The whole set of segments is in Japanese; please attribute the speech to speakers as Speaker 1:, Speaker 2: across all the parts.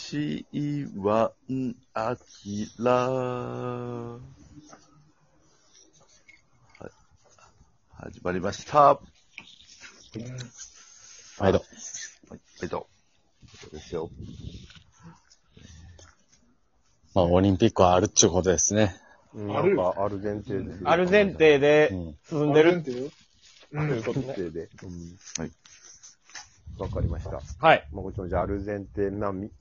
Speaker 1: 4MC1 アキラはい始まりました。はい、
Speaker 2: はい、どう。
Speaker 1: えっと、そうですよ。
Speaker 2: まあ、オリンピックはあるっちゅうことですね。
Speaker 3: ある
Speaker 4: なんかある前提で。
Speaker 5: ある前提
Speaker 2: う
Speaker 5: で
Speaker 2: ん。
Speaker 5: 進んでる。
Speaker 3: ってよ。
Speaker 4: ある前提で。
Speaker 1: はい。
Speaker 4: わかりました。
Speaker 5: はい。
Speaker 4: まこちゃん、じゃあ、ある前提、まあ、み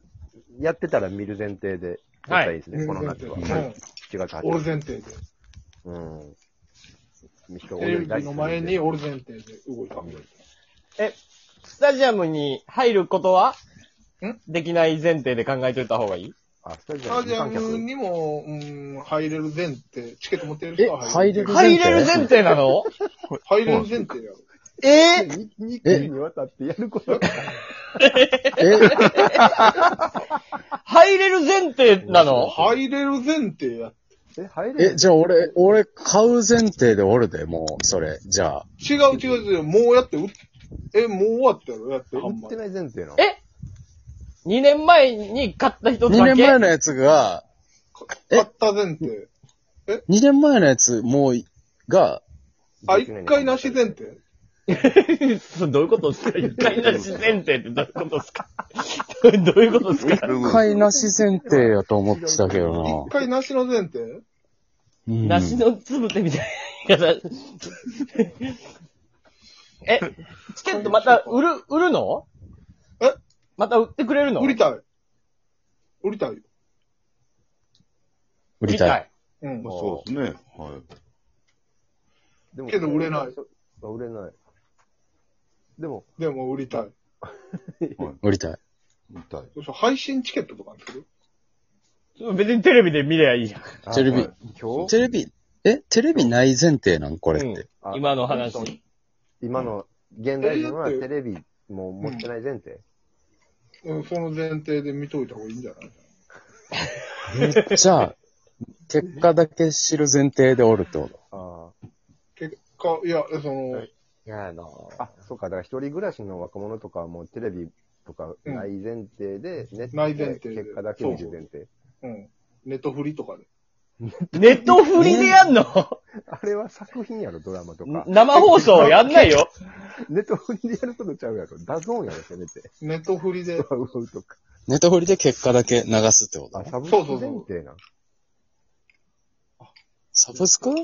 Speaker 4: やってたら見る前提で。
Speaker 5: はい
Speaker 4: やったらいいですね、この夏は。
Speaker 3: うん
Speaker 4: 7月
Speaker 3: オー
Speaker 4: 8
Speaker 3: ル
Speaker 4: 日。
Speaker 3: 前提で。
Speaker 4: うん。ミヒカ
Speaker 3: テレビの前にオール前提で動いた。
Speaker 5: スタジアムに入ることは
Speaker 3: ん
Speaker 5: できない前提で考えといた方がいい
Speaker 4: あ、スタ
Speaker 3: ス
Speaker 4: ジ
Speaker 3: タ
Speaker 4: アム
Speaker 3: ジ
Speaker 4: 無
Speaker 3: ア
Speaker 4: 観
Speaker 3: ム
Speaker 4: 客。
Speaker 3: にも、うん、入れる前提。チケット持ってる人は
Speaker 2: え入れる
Speaker 5: 入れる前提なの
Speaker 3: 入れる前提やろ。
Speaker 5: え
Speaker 4: 2期にわたってやることが
Speaker 5: 入れる前提なの
Speaker 3: 入れる前提や。
Speaker 4: え、入れ
Speaker 2: え、
Speaker 4: る
Speaker 2: じゃあ俺、俺、買う前提でおるで、もう、それ。じゃあ。
Speaker 3: 違う違う違う。もうやって、うえ、もう終わったやろやって、
Speaker 4: 売ってない前提なの
Speaker 5: え ?2 年前に買った人
Speaker 2: 2
Speaker 5: だ
Speaker 2: 年前の
Speaker 5: け
Speaker 2: やつが、
Speaker 3: 買った前提。
Speaker 2: 2年前のやつ、もう、が、
Speaker 3: あ、一回なし前提。
Speaker 5: どういうことですか一回なし前提ってどういうことですか どういうことですか
Speaker 2: 買いなし前提やと思ってたけど
Speaker 3: 一回なしの前提
Speaker 2: な。うん
Speaker 5: 梨のつぶてみたいな言い方。 え、チケットまた売る、売るの
Speaker 3: え
Speaker 5: また売ってくれるの
Speaker 3: 売りたい。売りたいよ。
Speaker 2: 売りたい。
Speaker 5: い。
Speaker 3: うん。
Speaker 1: まあ、そうですね。はい。
Speaker 4: でも
Speaker 3: けど売れない。
Speaker 4: あ売れない。でも、
Speaker 3: でも売りたい。
Speaker 2: 売りたい。
Speaker 1: 見たい。
Speaker 3: そしたら配信チケットとかにする
Speaker 5: 別にテレビで見りゃいいじゃん。
Speaker 4: あ
Speaker 2: テレビ
Speaker 4: はい今日
Speaker 2: テレビ、え、テレビない前提なんこれって。
Speaker 4: あ
Speaker 5: 今の話。
Speaker 4: 今の、現代人はテレビも持ってない前提。
Speaker 3: うん、その前提で見といた方がいいんじゃない
Speaker 2: じゃあ、結果だけ知る前提でおるってこと。
Speaker 4: ああ。
Speaker 3: 結果、いや、その、
Speaker 4: いやなあ、そうか。だから一人暮らしの若者とかはもうテレビとかない前提で、ネッ
Speaker 3: ない前
Speaker 4: トで
Speaker 3: 提で
Speaker 4: 結果だけ見る前提。
Speaker 3: うん。ネットフリとかで。
Speaker 5: ネットフリでやんの
Speaker 4: あれは作品やろ、ドラマとか。
Speaker 5: 生放送やんないよ。
Speaker 4: ネットフリでやることちゃうやろ。ダゾーンやろ、せめて。
Speaker 3: ネットフリで
Speaker 4: ド。ラウンとか。
Speaker 2: ネタ振りで結果だけ流すってこと
Speaker 4: あ、。サブス
Speaker 3: そ
Speaker 4: ク
Speaker 3: うそうそう
Speaker 4: 前提な。
Speaker 2: サブスク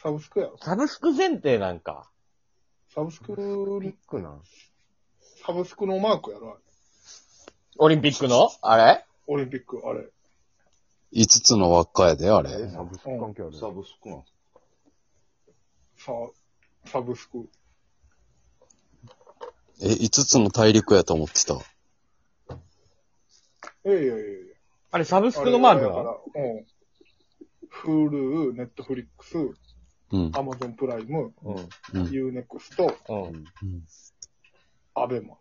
Speaker 3: サブスクやろ。
Speaker 5: サブスク前提なんか。
Speaker 3: サブスク、
Speaker 4: ピックな。
Speaker 3: サブスクのマークやろ。あれ
Speaker 5: オリンピックのあれ
Speaker 3: オリンピック、あれ。
Speaker 2: 5つの輪っかやで、あ
Speaker 4: え、
Speaker 2: れ。
Speaker 4: サブスク関係ある
Speaker 1: サブスクなん
Speaker 3: さ、サブスク。
Speaker 2: え、5つの大陸やと思ってた。
Speaker 3: いやいやいやいや。
Speaker 5: あれサブ
Speaker 3: サ
Speaker 5: スクのマーク
Speaker 3: だ
Speaker 5: な
Speaker 3: から
Speaker 5: の、
Speaker 3: うん。フル、ネットフリックス、
Speaker 2: うん。
Speaker 3: アマゾンプライム、
Speaker 4: うん。
Speaker 2: うん。
Speaker 3: ユーネクスト、
Speaker 5: うん。
Speaker 3: アベマ。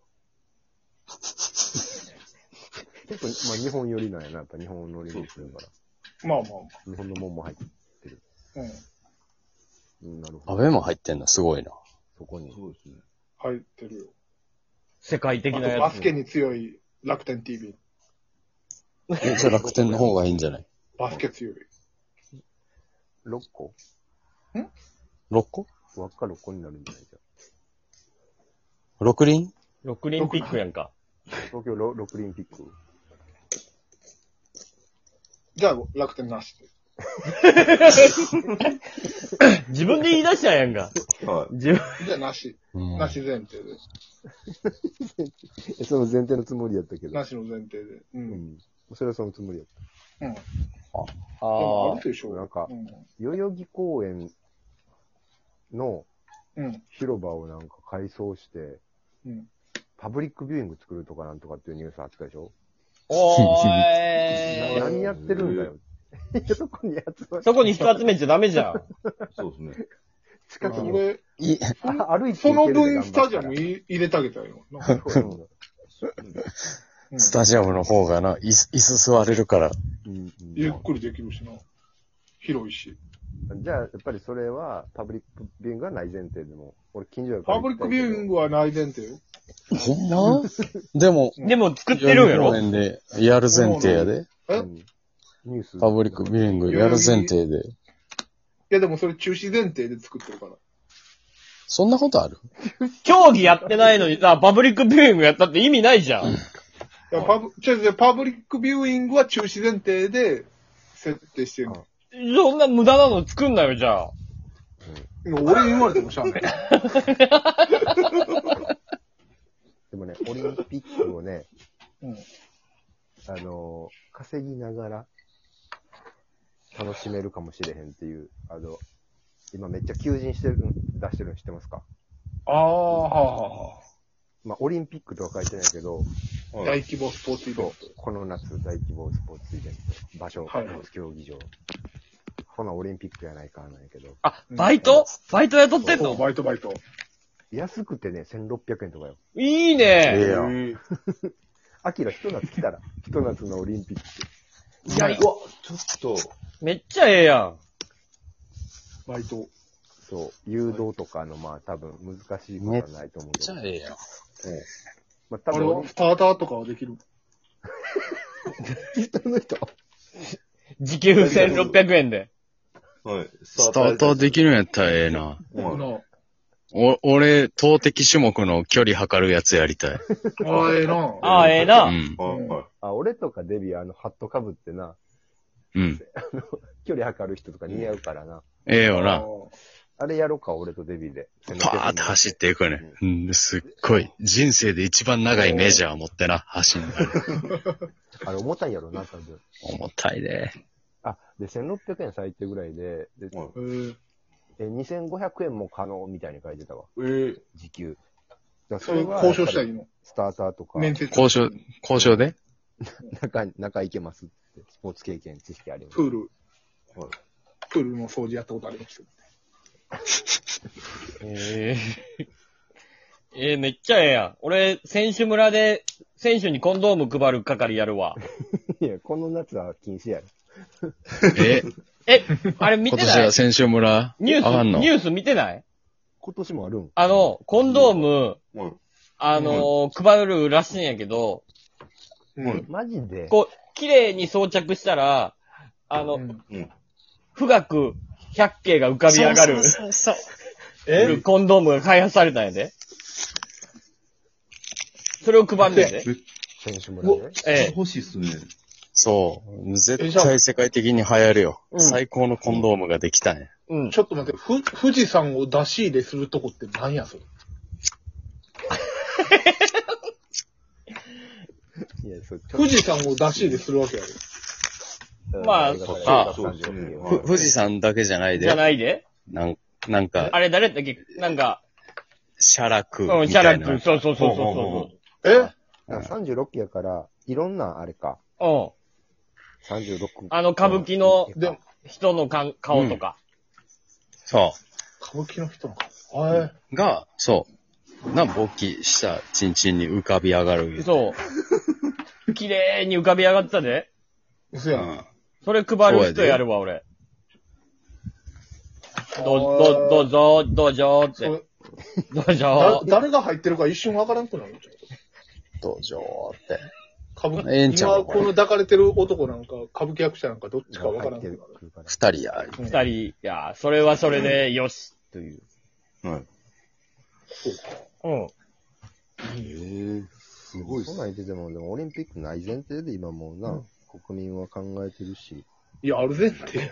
Speaker 4: 結構、まあ日本寄りなんやな。やっぱ日本のリリースだか
Speaker 3: まあまあ
Speaker 4: ら。日本のもんも入って。
Speaker 3: まあ。うん。
Speaker 4: うん、なるほ
Speaker 2: ア
Speaker 4: ど。
Speaker 2: ベマ入ってんだ、すごいな。
Speaker 4: そこに。
Speaker 1: そうですね。
Speaker 3: 入ってるよ。
Speaker 5: 世界的
Speaker 3: あ
Speaker 5: な
Speaker 3: と
Speaker 5: や
Speaker 3: バ
Speaker 5: つ
Speaker 3: ス。ケに強い楽天 TV。
Speaker 2: え、じゃあ楽天の方がいいんじゃない
Speaker 3: バスケ強い。
Speaker 4: 6個
Speaker 2: ?6 個
Speaker 4: 輪っか6個になるんじゃないじゃ
Speaker 2: ?6 輪
Speaker 5: 六輪ピックやんか。
Speaker 4: あ東京ロ6リンピック。
Speaker 3: じゃあ、楽天なしで。
Speaker 5: 自分で言い出したやんか。
Speaker 1: はい。
Speaker 5: 自分、
Speaker 3: じゃあ、なし。
Speaker 2: うん。
Speaker 3: なし前提で。
Speaker 4: え、その前提のつもりやったけど
Speaker 3: な。しの前提で。う。
Speaker 4: うんん。それはそのつもりやった。
Speaker 3: うん。でも
Speaker 5: あ
Speaker 3: あるでしょ
Speaker 4: なんか
Speaker 3: うん。
Speaker 4: 代々木公園の
Speaker 3: うん。
Speaker 4: 広場をなんか改装して、
Speaker 3: うん。
Speaker 4: パブリックビューイング作るとかなんとかっていうニュースあったでしょ、
Speaker 5: おー
Speaker 4: な何
Speaker 5: い。
Speaker 4: やってるんだよ。 そこに集まって、
Speaker 5: そこに人集めちゃダメじゃん。
Speaker 1: そうですね。
Speaker 4: 近く
Speaker 3: そ
Speaker 4: に
Speaker 3: れ、
Speaker 2: いい、
Speaker 4: あ歩いて
Speaker 3: そ
Speaker 4: 行
Speaker 3: の
Speaker 4: ける
Speaker 3: 分スタジアム
Speaker 4: い
Speaker 3: い入れてあげたよ。なん かうん
Speaker 2: スタジアムの方がな、椅子、椅子座れるから。
Speaker 4: うん
Speaker 3: ゆっくりできるしな。広いし。
Speaker 4: うんじゃあ、やっぱりそれはパブリックビューイングはない前提でも、俺近所やから
Speaker 3: パブリックビューイングはない前提よ。
Speaker 2: ほんま でも、
Speaker 5: でも作ってるんやろ
Speaker 2: 代々木公園でやる前提やで。
Speaker 3: え
Speaker 4: うんニュース。
Speaker 2: パブリックビューイングやる前提で。
Speaker 3: や、でもそれ中止前提で作ってるから。
Speaker 2: そんなことある
Speaker 5: 競技やってないのにさ、パブリックビューイングやったって意味ないじゃん。
Speaker 3: いや、パブ、違う違う、パブリックビューイングは中止前提で設定してる。
Speaker 5: そんな無駄なの作んなよ、じゃあ。
Speaker 3: 今俺に言われてもしゃあない。
Speaker 4: でもね、オリンピックをね、
Speaker 3: うん
Speaker 4: あのー、稼ぎながら、楽しめるかもしれへんっていう、あの、今めっちゃ求人してる、出してるの知ってますか
Speaker 5: ああ、はあ、は
Speaker 4: まあ、オリンピックとは書いてないけど、
Speaker 3: 大規模スポーツイベント。
Speaker 4: この夏大規模スポーツイベント、場所、
Speaker 3: はい
Speaker 4: スポーツ競技場。ほな、オリンピックやないかなんやけど、
Speaker 5: あ。あ、バイトバイト雇ってん
Speaker 3: そう
Speaker 5: の
Speaker 3: バイトバイト。
Speaker 4: 安くてね、1600円とかよ。
Speaker 5: いいね。
Speaker 2: ええやん
Speaker 3: へえ
Speaker 4: アキラひと夏来たら、ひと夏のオリンピック。
Speaker 5: いや、
Speaker 1: うわ、ちょっと、
Speaker 5: めっちゃええやん。
Speaker 3: バイト。
Speaker 4: そう、誘導とかの、まあ、多分難しいことはないと思うけ
Speaker 2: じ
Speaker 4: ど
Speaker 2: ゃあ、ええやん。
Speaker 4: まあ、多
Speaker 3: あれ
Speaker 4: 分オ
Speaker 3: は
Speaker 4: リン
Speaker 3: スターターとかはできる。
Speaker 4: ピックの人、
Speaker 5: 時給1600円で。
Speaker 1: はい。
Speaker 2: スタートできるんやったらええな。
Speaker 1: うん
Speaker 3: な
Speaker 2: お、俺、投擲種目の距離測るやつやりたい。
Speaker 3: ああ、ええな
Speaker 5: ああ、ええ
Speaker 2: う
Speaker 5: な。
Speaker 1: は
Speaker 2: ん。
Speaker 1: いはい
Speaker 4: あ、俺とかデビュー、あの、ハットかぶってな、
Speaker 2: うん。
Speaker 4: 距離測る人とか似合うからな。
Speaker 2: ええよな。
Speaker 4: あれやろうか、俺とデビューで。
Speaker 2: パーって走っていくね。うん、すっごい。人生で一番長いメジャー持ってな、走 んだね。
Speaker 4: あれ重たいやろな、多分。
Speaker 2: 重たいで。
Speaker 4: あ、で、1600円最低ぐらいで、で、
Speaker 1: はい
Speaker 3: えー、
Speaker 4: え2500円も可能みたいに書いてたわ、
Speaker 3: えー、
Speaker 4: 時給。だから
Speaker 3: それ交渉したらいい。の
Speaker 4: スターターとか、
Speaker 3: 面接。
Speaker 2: 交渉、交渉で
Speaker 4: 中、中行けますって、スポーツ経験、知識あります
Speaker 3: プ。ール、
Speaker 1: はい
Speaker 3: プールの掃除やったことありますよ。
Speaker 5: ええ。ええ、めっちゃええやん。俺、選手村で、選手にコンドーム配る係やるわ。
Speaker 4: いや、この夏は禁止やろ。
Speaker 2: え、
Speaker 5: え、あれ 見
Speaker 2: 今
Speaker 5: て
Speaker 2: 年
Speaker 5: ない
Speaker 2: は選手村
Speaker 5: ニュー
Speaker 2: あかん
Speaker 5: ス、
Speaker 2: の
Speaker 5: ニュース見てない
Speaker 4: 今年もあるん
Speaker 5: あの、コンドーム、
Speaker 1: はい
Speaker 5: あのー配るらしいんやけど、
Speaker 1: うん
Speaker 4: マジで
Speaker 5: こう、綺麗に装着したら、あの、
Speaker 3: うん
Speaker 1: うん
Speaker 5: 富岳百景が浮かび上がる、
Speaker 2: そうそう そう
Speaker 5: るコンドームが開発されたんやで。それを配んねんで。
Speaker 4: 選手村で
Speaker 5: ええ。
Speaker 1: 欲しいっすね。
Speaker 2: そう。絶対世界的に流行るよ。
Speaker 5: うん
Speaker 2: 最高のコンドームができたんや。
Speaker 5: うん。
Speaker 3: ちょっと待って、ふ、富士山を出し入れするとこって何やそれ。
Speaker 4: いや、それちょっと
Speaker 3: 富士山を出し入れするわけや
Speaker 5: まあ
Speaker 4: そ
Speaker 5: そ
Speaker 4: っ
Speaker 5: っ
Speaker 4: か
Speaker 2: か。
Speaker 1: そうですね
Speaker 2: ふ富士山だけじゃないで。
Speaker 5: じゃないで。
Speaker 2: なんなんか、
Speaker 5: あれ誰だっけなんか、
Speaker 2: シャラク
Speaker 5: う
Speaker 2: み
Speaker 5: ん、シ
Speaker 2: た
Speaker 5: ャ
Speaker 2: いな。
Speaker 5: ラ君。そうそうそうそうそ
Speaker 3: ろ。
Speaker 4: あ36期やから、いろんな、あれか。
Speaker 5: う。うん。
Speaker 4: 36。
Speaker 5: あの歌舞伎の
Speaker 3: えで、
Speaker 5: 人のかん顔とか。
Speaker 2: そ
Speaker 3: 歌舞伎の人の顔。あえ
Speaker 2: う。が、そう。な、勃起したチンチンに浮かび上が る。
Speaker 5: そう。綺麗に浮かび上がってたで。
Speaker 3: 嘘
Speaker 2: う
Speaker 3: やん。
Speaker 2: ん。
Speaker 5: それ配る人やるわ、俺。ど、ど、どうぞ、どうぞっ
Speaker 3: そ
Speaker 5: て。
Speaker 3: れ
Speaker 5: どう
Speaker 3: だ
Speaker 5: ぞ。
Speaker 3: 誰が入ってるか一瞬わからんくなるんちゃう
Speaker 2: 登場って。
Speaker 3: 歌舞
Speaker 2: ええん
Speaker 3: 伎、
Speaker 2: ちゃう
Speaker 3: 今この抱かれてる男なんか、歌舞伎役者なんかどっちかわから
Speaker 4: 入
Speaker 3: んく
Speaker 4: って
Speaker 3: なる。
Speaker 4: くるから。
Speaker 2: 二人や。
Speaker 3: うん
Speaker 5: 二人、いや、それはそれで、よし、という。
Speaker 1: はい。
Speaker 3: そうか。
Speaker 5: うん。
Speaker 1: ええ、すごいっ
Speaker 4: そ
Speaker 1: すね。
Speaker 4: んなん言ってても、でもオリンピックない前提で今もうな、国民は考えてるし。
Speaker 3: いや、アルゼンチン。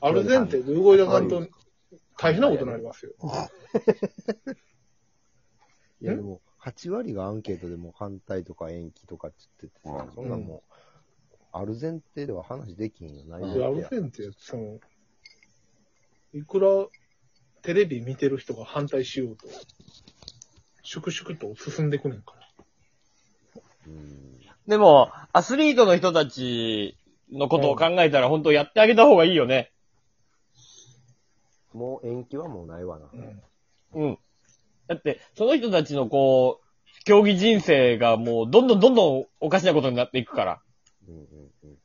Speaker 3: アルゼンチンで動いたかんと大変なことになりますよ。
Speaker 4: いやでも、8割がアンケートでも反対とか延期とかって言っててさ
Speaker 1: うん
Speaker 4: そんなんもう、ある前提では話できんよ、ない
Speaker 3: いやアル
Speaker 4: 前提
Speaker 3: ゼンチンって、その、いくらテレビ見てる人が反対しようと、粛々と進んでくねんから。
Speaker 4: うん
Speaker 5: でも、アスリートの人たちのことを考えたら、本当やってあげた方がいいよね。
Speaker 4: もう延期はもうないわな。
Speaker 3: うん
Speaker 5: うん。だって、その人たちのこう、競技人生がもう、どんどんどんどんおかしなことになっていくから。
Speaker 4: うんうんうん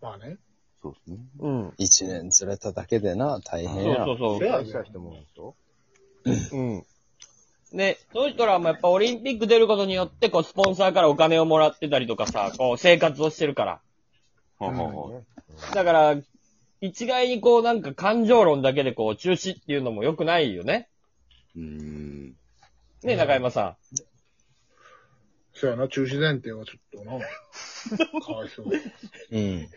Speaker 3: まあね。
Speaker 1: そうっすね。
Speaker 5: うん。
Speaker 2: 一年ずれただけでな、大
Speaker 5: そ
Speaker 2: 変
Speaker 5: う
Speaker 2: や。
Speaker 5: そうそう。
Speaker 3: せや
Speaker 4: 大
Speaker 3: ね
Speaker 4: した人もおるでしょうん。
Speaker 5: ね、そういう人らもやっぱオリンピック出ることによって、こう、スポンサーからお金をもらってたりとかさ、こう、生活をしてるから。
Speaker 1: ほうほうほう。
Speaker 4: ね
Speaker 5: だから、一概にこう、なんか感情論だけでこう、中止っていうのも良くないよね。
Speaker 1: うーん。
Speaker 5: ね、中山さ
Speaker 3: そやな、中止前提はちょっとな。 かわいそう。
Speaker 2: うん。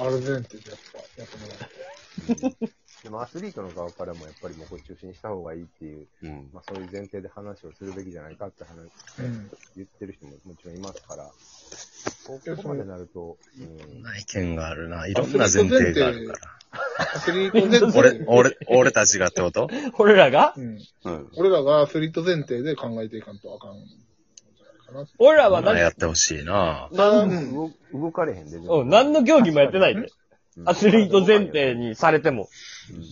Speaker 3: あれ前提でやっぱ、やってもらう。
Speaker 4: でもアスリートの側からもやっぱりもうこれ中止にした方がいいっていう、
Speaker 1: うん。
Speaker 4: まあそういう前提で話をするべきじゃないかって話、
Speaker 3: うん。
Speaker 4: 言ってる人ももちろんいますから、こ
Speaker 3: や
Speaker 4: こまでなると、うん、
Speaker 2: な意見があるな。いろんな前提があるか
Speaker 3: アスリート前
Speaker 2: ら。
Speaker 3: 提。
Speaker 2: 俺、俺、俺たちがってこと
Speaker 5: ん。俺らが
Speaker 3: うん。
Speaker 1: うん。
Speaker 3: 俺らがアスリート前提で考えていかんとあかん。かな。
Speaker 5: 俺らは
Speaker 2: まあや
Speaker 5: 何
Speaker 2: っ、てほしいな。
Speaker 5: 何、
Speaker 4: 動動かれへんで、
Speaker 5: うん、何の競技もやってないで。
Speaker 4: うん
Speaker 5: アスリート前提にされても。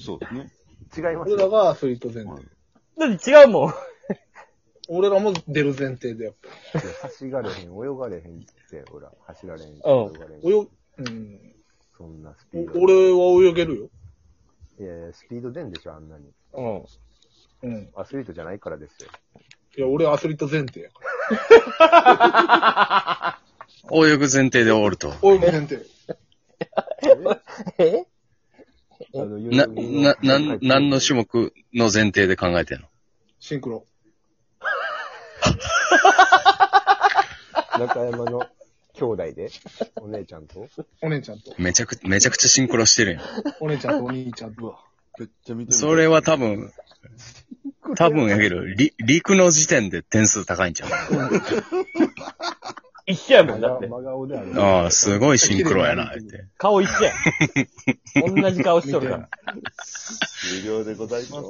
Speaker 1: そうですね。
Speaker 4: 違います
Speaker 3: 俺ら
Speaker 4: よ。
Speaker 3: がアスリート前
Speaker 1: う
Speaker 3: 提。
Speaker 1: ん
Speaker 5: だって違うもん。
Speaker 3: 俺らも出る前提でやっぱ。
Speaker 4: 走がれへん、泳がれへんって、ほら、走られへん、泳
Speaker 5: うん
Speaker 4: がれへん。
Speaker 3: 泳、うん。
Speaker 4: そんなスピード。
Speaker 3: お俺は泳げるよ。
Speaker 4: いやいや、スピード出んでしょ、あんなに。
Speaker 5: うん。
Speaker 3: うん。
Speaker 4: アスリートじゃないからですよ。
Speaker 3: いや、俺アスリート前提やから。
Speaker 2: 泳ぐ前提でおると。
Speaker 3: 俺も前提。
Speaker 5: え
Speaker 4: あの、有
Speaker 2: な、
Speaker 4: 名
Speaker 2: な、なん、何の種
Speaker 4: 目
Speaker 2: 目の前提で考えてんの
Speaker 3: シンクロ。
Speaker 4: 中山の兄弟で、お姉ちゃんと。
Speaker 3: お姉ちゃんと。
Speaker 2: めちゃく、めちゃくちゃシンクロしてるやん。
Speaker 3: お姉ちゃんとお兄ちゃんと。
Speaker 1: めっちゃ見てる。
Speaker 2: それは多分、多分やけど、り、陸の時点で点数高いんちゃう
Speaker 5: 一緒やも
Speaker 4: 真
Speaker 5: ん、だって。
Speaker 4: 顔である。
Speaker 2: ああ、すごいシンクロやな、って。
Speaker 5: 顔一緒や。同じ顔しとるから。
Speaker 1: 終了でございます。